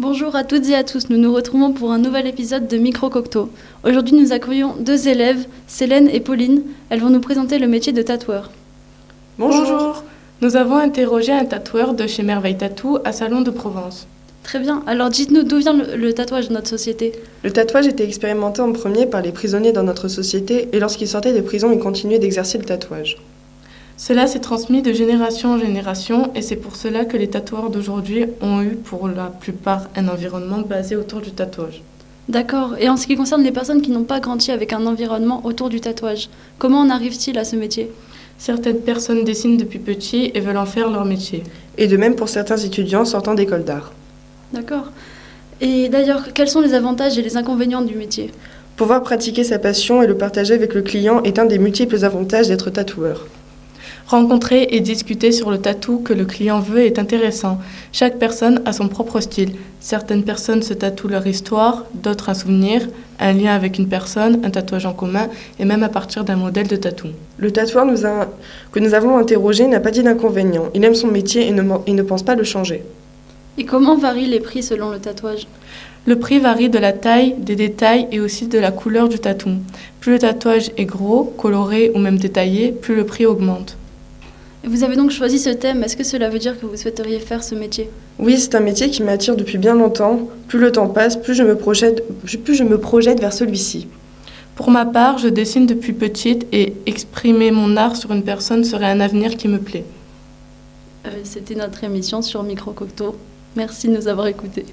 Bonjour à toutes et à tous, nous nous retrouvons pour un nouvel épisode de Micro Cocteau. Aujourd'hui nous accueillons deux élèves, Célène et Pauline. Elles vont nous présenter le métier de tatoueur. Bonjour. Nous avons interrogé un tatoueur de chez Merveille Tattoo à Salon de Provence. Très bien, alors dites-nous d'où vient le, le tatouage de notre société. Le tatouage était expérimenté en premier par les prisonniers dans notre société et lorsqu'ils sortaient des prisons, ils continuaient d'exercer le tatouage. Cela s'est transmis de génération en génération et c'est pour cela que les tatoueurs d'aujourd'hui ont eu pour la plupart un environnement basé autour du tatouage. D'accord, et en ce qui concerne les personnes qui n'ont pas grandi avec un environnement autour du tatouage, comment en arrive-t-il à ce métier Certaines personnes dessinent depuis petit et veulent en faire leur métier. Et de même pour certains étudiants sortant d'école d'art. D'accord. Et d'ailleurs, quels sont les avantages et les inconvénients du métier Pouvoir pratiquer sa passion et le partager avec le client est un des multiples avantages d'être tatoueur. Rencontrer et discuter sur le tatou que le client veut est intéressant. Chaque personne a son propre style. Certaines personnes se tatouent leur histoire, d'autres un souvenir, un lien avec une personne, un tatouage en commun et même à partir d'un modèle de tatou. Le tatoueur nous a- que nous avons interrogé n'a pas dit d'inconvénient. Il aime son métier et ne, man- et ne pense pas le changer. Et comment varient les prix selon le tatouage Le prix varie de la taille, des détails et aussi de la couleur du tatou. Plus le tatouage est gros, coloré ou même détaillé, plus le prix augmente. Et Vous avez donc choisi ce thème, est-ce que cela veut dire que vous souhaiteriez faire ce métier Oui, c'est un métier qui m'attire depuis bien longtemps. Plus le temps passe, plus je me projette, plus je me projette vers celui-ci. Pour ma part, je dessine depuis petite et exprimer mon art sur une personne serait un avenir qui me plaît. Euh, C'était notre émission sur Micro Cocteau. Merci de nous avoir écoutés.